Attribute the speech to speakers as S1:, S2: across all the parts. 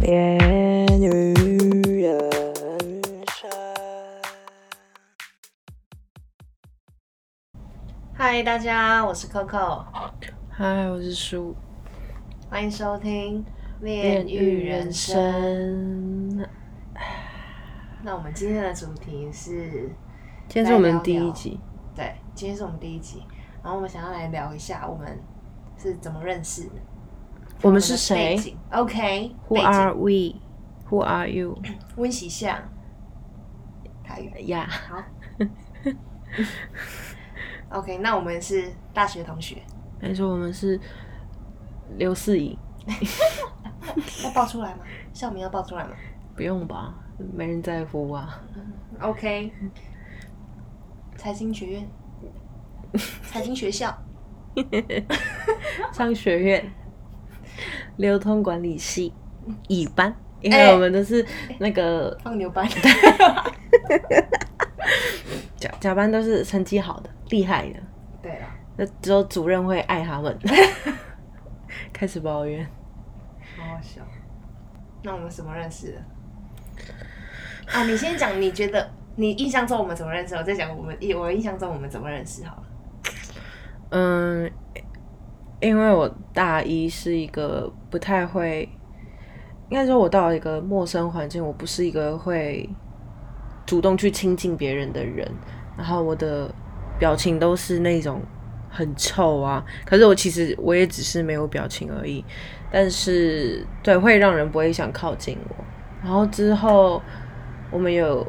S1: 恋与人生。
S2: 嗨，大家，我是 Coco，
S1: 嗨，我是叔。
S2: 欢迎收听《恋与人生》。
S1: 生，
S2: 那我们今天的主题是，
S1: 今天是我们第一集，
S2: 对，今天是我们第一集，然后我们想要来聊一下我们是怎么认识的，
S1: 我
S2: 我
S1: 们
S2: 们
S1: 是
S2: 的
S1: 谁
S2: 背景？OK，
S1: ？Who
S2: 背
S1: are
S2: 景
S1: we? Who are you?
S2: 温习下台语。
S1: 呀、
S2: 好，OK，那我们是大学同学，
S1: 没错，我们是刘四姨，
S2: 要报出来吗？校名要报出来吗
S1: 不用吧，没人在乎 啊。
S2: ？OK，财经学院，财经学校。
S1: 商学院流通管理系乙班，因
S2: 哎
S1: 为我们都是那个
S2: 放 牛班。
S1: 甲甲班都是成绩好的、厉害的，
S2: 对了，
S1: 那只有主任会爱他们。 开始抱怨，
S2: 好好笑。那我们怎么认识的？啊，你先讲，你觉得你印象中我们怎么认识？我再讲我们印我印象中我们怎么认识好了。
S1: 嗯，因为我大一是一个不太会，应该说我到了一个陌生环境，我不是一个会主动去亲近别人的人，然后我的表情都是那种很臭啊，可是我其实我也只是没有表情而已，但是对会让人不会想靠近我。然后之后我们有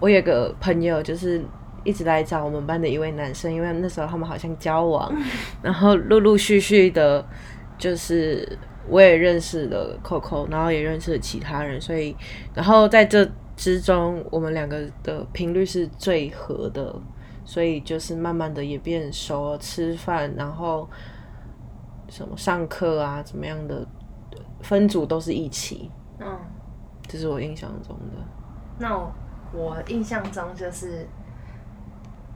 S1: 我有个朋友就是一直来找我们班的一位男生，因为那时候他们好像交往， 然后陆陆续续的，就是我也认识了 Coco，然后也认识了其他人，所以然后在这之中，我们两个的频率是最合的，所以就是慢慢的也变熟了，吃饭，然后什么上课啊，怎么样的分组都是一起，
S2: 嗯，
S1: 这是我印象中的。
S2: 那我我印象中就是，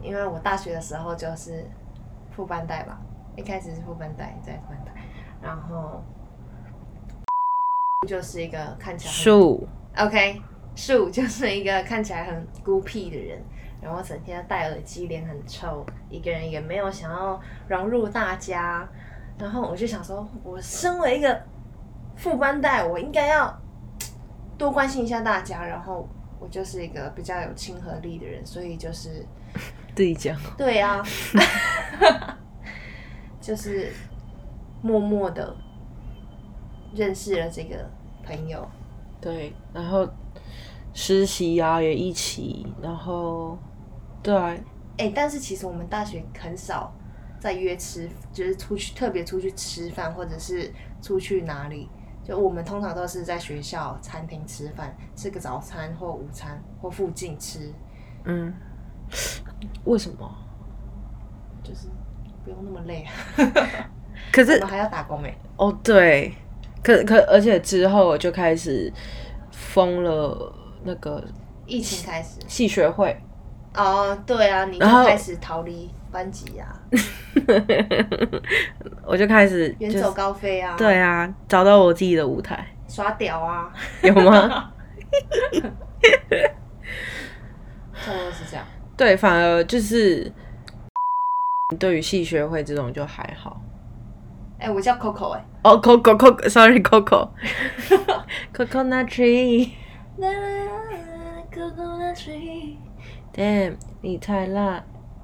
S2: 因为我大学的时候就是副班带吧，一开始是副班带，再副班带，然后就是一个看起来很
S1: 树
S2: OK，树就是一个看起来很孤僻的人，然后整天戴耳机，脸很臭，一个人也没有想要融入大家。然后我就想说，我身为一个副班带，我应该要多关心一下大家。然后我就是一个比较有亲和力的人，所以就是
S1: 自己讲，
S2: 对啊， 就是默默的认识了这个朋友。
S1: 对，然后实习啊也一起，然后对啊，
S2: 哎、但是其实我们大学很少在约吃，就是出去特别出去吃饭，或者是出去哪里。就我们通常都是在学校餐厅吃饭，吃个早餐或午餐或附近吃，
S1: 嗯，为什么？
S2: 就是不用那么累啊。
S1: 可
S2: 我
S1: 是
S2: 们还要打工哎、
S1: 哦，对，可可，而且之后我就开始疯了那个
S2: 疫情开始
S1: 戏学 会，
S2: 哦，对啊，你就
S1: 然后
S2: 开始逃离班级啊，
S1: 我就开始
S2: 远
S1: 就是
S2: 走高飞啊，
S1: 对，啊，找到我自己的舞台，
S2: 耍屌啊，
S1: 有吗？
S2: 差不多是这样。
S1: 对，反而就是 对于戏学会这种就还好。
S2: 哎、我叫 Coco 哎、
S1: 哦、c o c o c o s o r r y c o c o c o c o n u t tree。Damn，你太辣，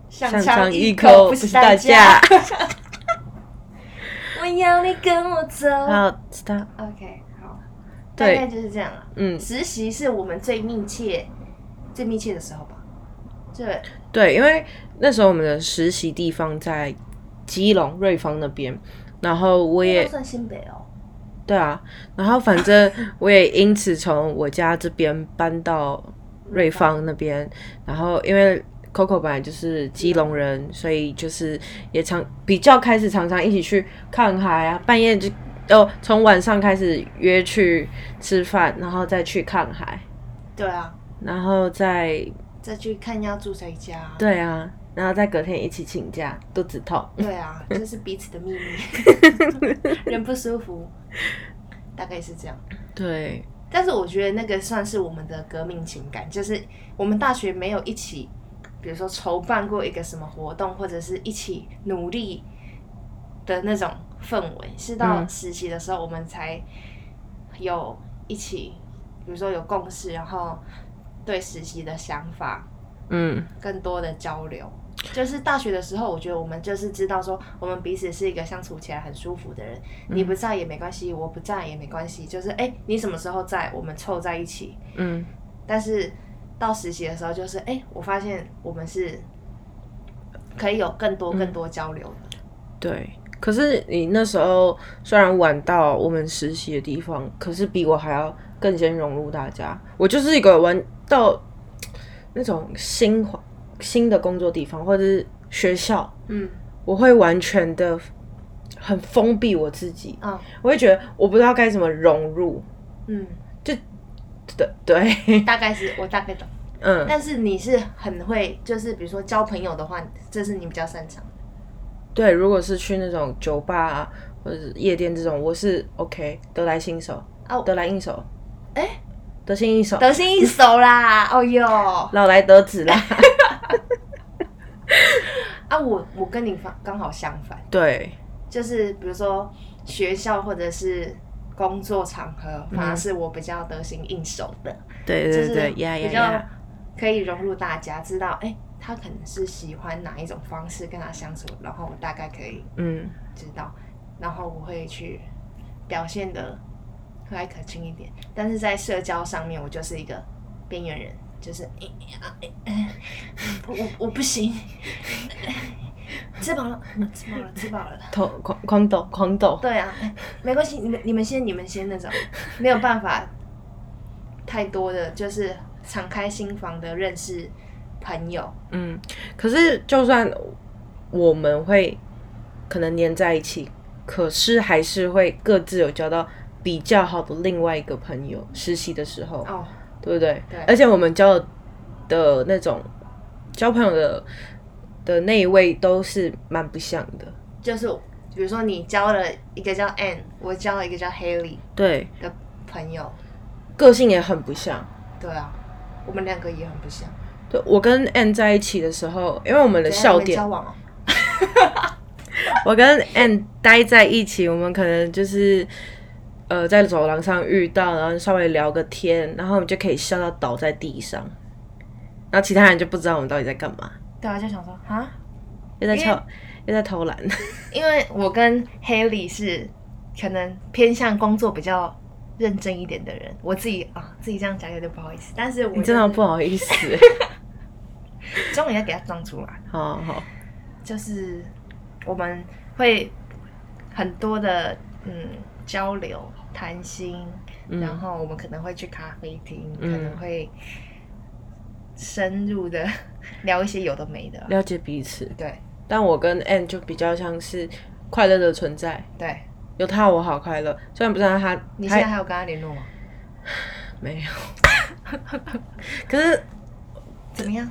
S2: 上
S1: 上
S2: 苍
S1: 一
S2: 一
S1: 口
S2: 口
S1: 不
S2: 不
S1: 是
S2: 是
S1: 大
S2: 大
S1: 家
S2: 家。 我要你跟我走。
S1: 好，stop。
S2: OK，好，大概
S1: 对，
S2: 就是这样了。
S1: 嗯，
S2: 实习是我们最密切、最密切的时候吧？对，
S1: 对，因为那时候我们的实习地方在基隆瑞芳那边，然后我
S2: 那
S1: 也
S2: 都算新北哦。
S1: 对啊，然后反正我也因此从我家这边搬到瑞芳那边，然后因为 Coco 本来就是基隆人，所以就是也常比较开始常常一起去看海啊，半夜就哦从晚上开始约去吃饭，然后再去看海，
S2: 对啊，
S1: 然后再
S2: 再去看要住谁家、啊。
S1: 对啊，然后再隔天一起请假，肚子痛。
S2: 对啊，这是彼此的秘密，人不舒服。大概是这样。
S1: 对，
S2: 但是我觉得那个算是我们的革命情感，就是我们大学没有一起，比如说筹办过一个什么活动，或者是一起努力的那种氛围，是到
S1: 嗯
S2: 实习的时候我们才有一起，比如说有共识，然后对实习的想法
S1: 嗯，
S2: 更多的交流。就是大学的时候，我觉得我们就是知道说，我们彼此是一个相处起来很舒服的人。你不在也没关系，我不在也没关系，就是哎、你什么时候在，我们凑在一起。
S1: 嗯，
S2: 但是到实习的时候，就是哎、我发现我们是可以有更多更多交流的。
S1: 对。可是你那时候虽然晚到我们实习的地方，可是比我还要更先融入大家。我就是一个玩到那种新环新的工作地方或者是学校，
S2: 嗯
S1: 我会完全的很封闭我自己，
S2: 嗯
S1: 我会觉得我不知道该怎么融入。
S2: 嗯，
S1: 对对，
S2: 大概是我大概懂。
S1: 嗯，
S2: 但是你是很会，就是比如说交朋友的话，这是你比较擅长的。
S1: 对。如果是去那种酒吧、啊、或者是夜店这种，我是 OK 得来新手，
S2: 哦
S1: 得来应手，
S2: 哎
S1: 得心应手，
S2: 得心应手啦！哦哟，
S1: 老来得子啦。
S2: 啊，我我跟你反刚好相反，
S1: 对，
S2: 就是比如说学校或者是工作场合，反而是我比较得心应手的，
S1: 嗯对
S2: 就
S1: 对
S2: 是
S1: 对，呀呀
S2: 比较
S1: 呀，
S2: 可以融入大家，知道哎、他可能是喜欢哪一种方式跟他相处，然后我大概可以
S1: 嗯，
S2: 知道，然后我会去表现的和蔼可亲一点，但是在社交上面，我就是一个边缘人，就是、哎啊哎哎我我不 行， 吃饱了，吃饱了，吃饱了。
S1: 头狂狂抖狂抖，
S2: 对啊，哎没关系，你们你们先，你们先 那种，没有办法太多的，就是敞开心房的认识朋友。
S1: 嗯。可是就算我们会可能黏在一起，可是还是会各自有交到比较好的另外一个朋友。实习的时候，
S2: 哦，
S1: 对不对？
S2: 对
S1: 而且我们交的那种交朋友的的那一位都是蛮不像的，
S2: 就是比如说你交了一个叫 Anne，我交了一个叫 Haley
S1: 对，
S2: 的朋友，
S1: 个性也很不像。
S2: 对啊，我们两个也很不像。
S1: 对我跟 Ann 在一起的时候，因为我们的
S2: 怎样
S1: 笑
S2: 你们
S1: 点
S2: 交，往哦，
S1: 我跟 Ann 待在一起，我们可能就是呃在走廊上遇到，然后稍微聊个天，然后我们就可以笑到倒在地上，然后其他人就不知道我们到底在干嘛，
S2: 对啊，就想说啊，
S1: 又在
S2: 因为
S1: 翘，又在偷懒。
S2: 因为我跟 Haley 是可能偏向工作比较认真一点的人，我自己啊自己这样讲有点不好意思，但是我、
S1: 你真的不，好意 思，
S2: 终于要给他装出来。
S1: 好好，
S2: 就是我们会很多的嗯交流、谈心，
S1: 嗯
S2: 然后我们可能会去咖啡厅，
S1: 嗯
S2: 可能会深入的聊一些有的没的。
S1: 了解彼此。
S2: 对
S1: 但我跟 a n 就比较像是快乐的存在，
S2: 对，
S1: 有他我好快乐。虽然不知道他，
S2: 你啊
S1: 他
S2: 现在还有跟他联络吗？
S1: 没有， 可是
S2: 怎么样？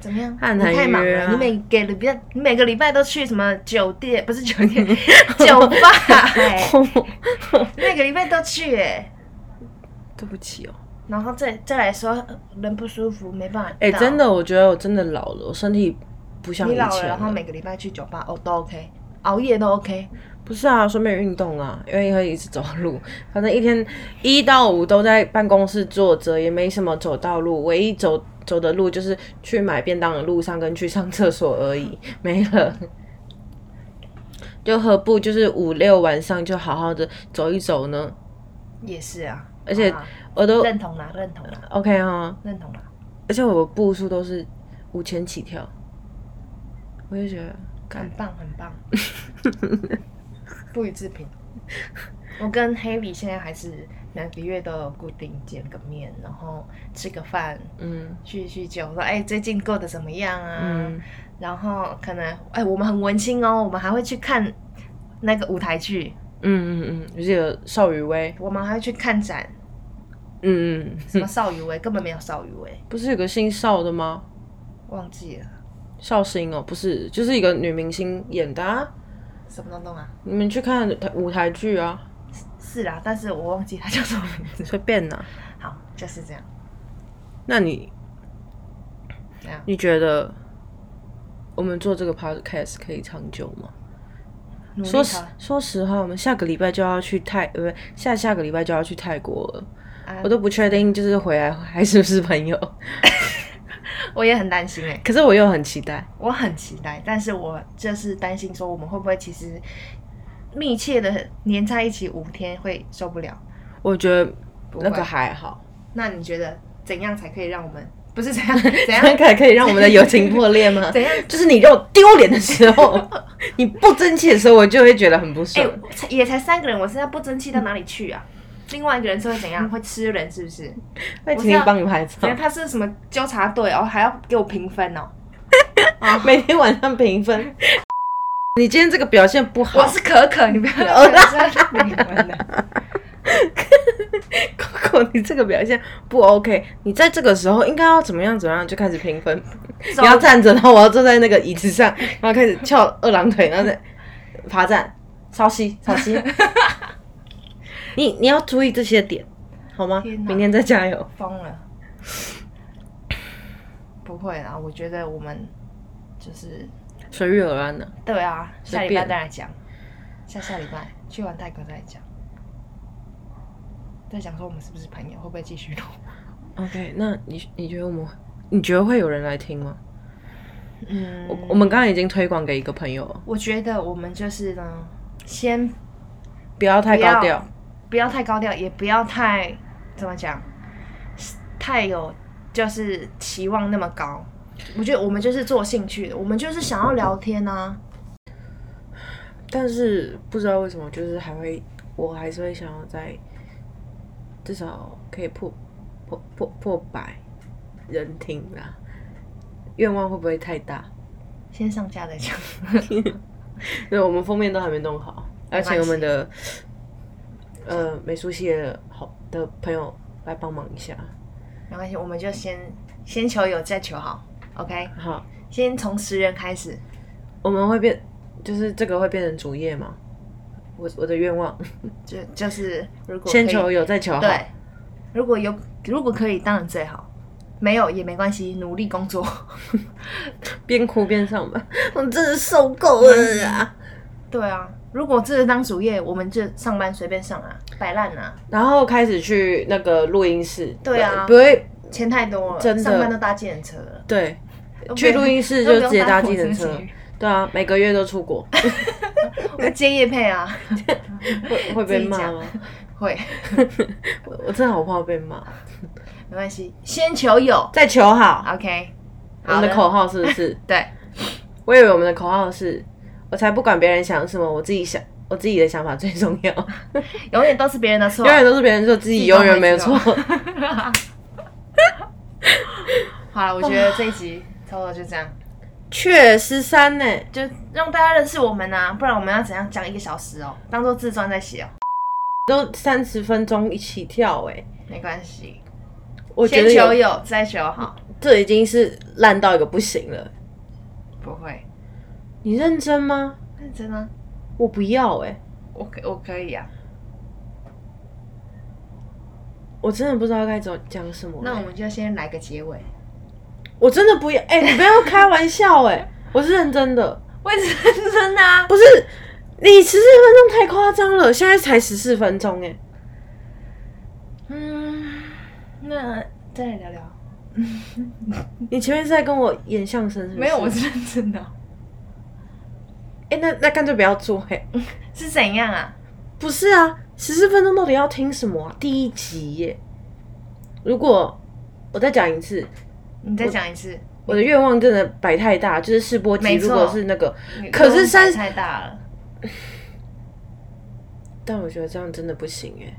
S2: 怎么样？
S1: 他很
S2: 你
S1: 难
S2: 太忙
S1: 约啊
S2: 了，你每个礼拜你每个礼拜都去什么酒店？不是酒 店，酒吧、哎每个礼拜都去、哎。
S1: 对不起哦。
S2: 然后再再来说，呃人不舒服，没办法。
S1: 哎、真。的，我觉得我真的老了，我身体不像以
S2: 你
S1: 前
S2: 老了，然后每个礼拜去酒吧哦都 OK，熬夜都 OK。
S1: 不是啊，顺便运动啊，因为可以一直走路，反正一天一到五都在办公室坐着，也没什么走道路，唯一走走的路就是去买便当的路上跟去上厕所而已， 没了。就何不就是五六晚上就好好的走一走呢？
S2: 也是啊，
S1: 而且
S2: 好啦
S1: 我都
S2: 认同啦，认同啦，
S1: OK 啊，
S2: 认 同啦。
S1: 而且我的步数都是五千起跳，我就觉得，干
S2: 很棒，很 棒，不予置评。我跟黑比现在还是每个月都有固定见个面，然后吃个饭，
S1: 嗯
S2: 叙叙旧，说哎、最近过得怎么样啊？
S1: 嗯
S2: 然后可能哎、我们很文青哦，我们还会去看那个舞台剧，
S1: 嗯嗯嗯，我记得邵雨薇，
S2: 我们还会去看展，
S1: 嗯嗯
S2: 什
S1: 嗯，
S2: 么邵雨薇根本没有邵雨薇，
S1: 不是有个姓邵的吗？
S2: 忘记了
S1: 绍兴哦，不是，就是一个女明星演的、啊。
S2: 什么东东啊？
S1: 你们去看台舞台剧啊？
S2: 是啦，但是我忘记他叫什么名字。
S1: 随便拿。
S2: 好，就是这样，
S1: 那你
S2: 这样
S1: 你觉得我们做这个 podcast 可以长久吗？
S2: 努力
S1: 说实
S2: 好了
S1: 说实话，我们下个礼拜就要去泰，呃，不是下下个礼拜就要去泰国了，
S2: 啊
S1: 我都不确定就是回来还是不是朋友，
S2: 我也很担心哎、
S1: 可是我又很期待。
S2: 我很期待，但是我就是担心说我们会不会其实密切的黏在一起五天会受不了。
S1: 我觉得
S2: 不会
S1: 那个还好，
S2: 那你觉得怎样才可以让我们不是怎样怎
S1: 那
S2: 样
S1: 个可以让我们的友情破裂吗？
S2: 怎样？
S1: 就是你让我丢脸的时候， 你不争气的时候，我就会觉得很不
S2: 哎、
S1: 爽。
S2: 我才也才三个人，我现在不争气到哪里去啊？另外一个人是会怎样？会吃人是不是？
S1: 会请你帮你拍照
S2: 等，下他是什么纠察队哦，还要给我评分哦。
S1: 每天晚上评分。 你今天这个表现不好
S2: 我， 是可可，你不要来
S1: 哦
S2: 我是要评分的。
S1: Coco，你这个表现不 OK。你在这个时候应该要怎么样怎么样就开始评分。
S2: 走
S1: 你要站着，然后我要坐在那个椅子上，然后开始翘二郎腿，然后再爬站、稍息、稍息。你你要注意这些点，好吗？
S2: 天哪
S1: 明天再加油。
S2: 疯了。不会啦，我觉得我们就是
S1: 随遇而安的、
S2: 对啊，
S1: 随
S2: 下礼
S1: 便
S2: 拜再来讲，下下礼拜去完泰国再来讲，再讲说我们是不是朋友，会不会继续录？
S1: OK，那你你觉得我们，你觉得会有人来听吗？
S2: 嗯，
S1: 我我们刚刚已经推广给一个朋友了，
S2: 我觉得我们就是呢，先
S1: 不要太
S2: 不要
S1: 高调。
S2: 不要太高调，也不要太怎么讲，太有就是期望那么高。我觉得我们就是做兴趣的，我们就是想要聊天啊。
S1: 但是不知道为什么，就是还会，我还是会想要在至少可以破破破破百人听啦。愿望会不会太大？
S2: 先上架再讲，
S1: 因为我们封面都还没弄好，而且我们的呃美术系的好的朋友来帮忙一下。
S2: 没关系，我们就先先求有再求好，OK？
S1: 好，
S2: 先从十人开始，
S1: 我们会变，就是这个会变成主业嘛？我我的愿望，
S2: 就就是如果可以
S1: 先求有再求好。
S2: 对，如果有如果可以，当然最好。没有也没关系，努力工作。
S1: 边哭边上班， 我真的受够了啊！
S2: 对啊，如果这是当主业，我们就上班随便上啊，摆烂啊，
S1: 然后开始去那个录音室，
S2: 对啊
S1: 不会
S2: 钱太多了，
S1: 真的
S2: 上班都搭计程车了，
S1: 对
S2: 都 不
S1: 去
S2: 用
S1: 录音室
S2: 都不
S1: 就
S2: 用
S1: 直接搭
S2: 火
S1: 计程
S2: 车
S1: 车
S2: 去，
S1: 对啊，每个月都出国，
S2: 我接夜配啊，
S1: 会会被骂吗
S2: 自？会
S1: 我我真的好怕被骂，
S2: 没关系，先求有
S1: 再求好，
S2: ，OK，
S1: 我们的口号是不是？
S2: 对，
S1: 我以为我们的口号是，我才不管别人想什么，我自己想，我自己的想法最重要，
S2: 永远都是别人的错
S1: 永。远都是别人哦说自己永远没有错。
S2: 好了，我觉得这一集差不多就这样，
S1: 确实三呢，
S2: 就让大家认识我们啊，不然我们要怎样讲一个小时哦，当做自传在写哦，
S1: 都三十分钟一起跳哎，
S2: 没关系，
S1: 我觉
S2: 先
S1: 得
S2: 求
S1: 有
S2: 有再求好，
S1: 这已经是烂到一个不行了。嗯
S2: 不会，
S1: 你认真吗？
S2: 认真啊，
S1: 我不要哎、
S2: 我可我可以啊，
S1: 我真的不知道该怎么讲什么、欸
S2: 那我们就先来个结尾，
S1: 我真的不要 哎、你不要开玩笑哎、我是认真的，
S2: 我也是认真的啊，
S1: 不是你十四分钟太夸张了，现在才十四分钟哎、
S2: 嗯，那再来聊聊。
S1: 你前面是在跟我演相声是不是？
S2: 没有，我是认真的。
S1: 哎、那那干脆不要做哎、
S2: 是怎样啊？
S1: 不是啊，十四分钟到底要听什么啊、第一集耶、如果我再讲一次，
S2: 你再讲一次。
S1: 我的愿望真的摆太大，就是试播集
S2: 没
S1: 如
S2: 错
S1: 果是那个，
S2: 你
S1: 可是三
S2: 你太大了，
S1: 但我觉得这样真的不行哎、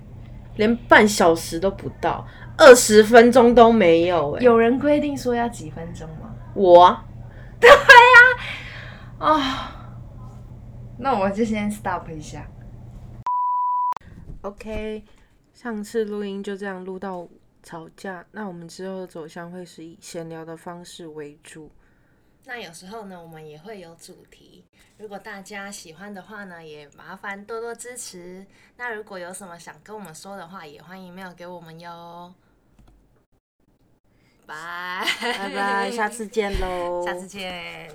S1: 连半小时都不到，二十分钟都没有哎、
S2: 有人规定说要几分钟吗？
S1: 我啊
S2: 啊、那我就先 stop 一下。
S1: OK，上次录音就这样录到吵架，那我们之后的走向会是以闲聊的方式为主。
S2: 那有时候呢，我们也会有主题，如果大家喜欢的话呢，也麻烦多多支持。那如果有什么想跟我们说的话，也欢迎 mail 给我们哟。拜
S1: 拜拜，下次见喽，
S2: 下次见。